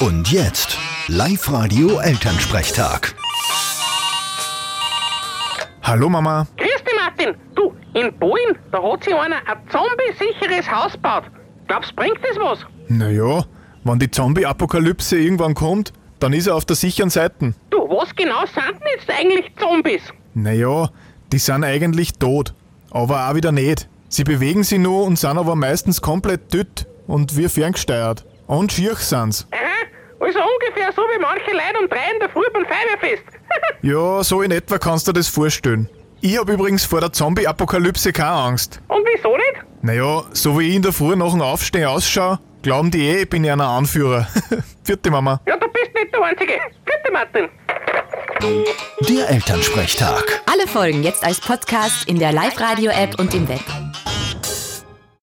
Und jetzt, Live-Radio Elternsprechtag. Hallo Mama. Grüß dich, Martin. Du, in Polen, da hat sich einer ein zombiesicheres Haus gebaut. Glaubst, bringt das was? Naja, wenn die Zombie-Apokalypse irgendwann kommt, dann ist er auf der sicheren Seite. Du, was genau sind denn jetzt eigentlich Zombies? Naja, die sind eigentlich tot, aber auch wieder nicht. Sie bewegen sich nur und sind aber meistens komplett dütt und wir ferngesteuert. Und schier sind's. Aha, also ungefähr so wie manche Leute um drei in der Früh beim Feuerwehrfest. Ja, so in etwa kannst du dir das vorstellen. Ich hab übrigens vor der Zombie-Apokalypse keine Angst. Und wieso nicht? Naja, so wie ich in der Früh nach dem Aufstehen ausschaue, glauben die eh, ich bin ja ein Anführer. Vierte Mama. Ja, du bist nicht der Einzige. Bitte, Martin. Der Elternsprechtag. Alle Folgen jetzt als Podcast in der Live-Radio-App und im Web.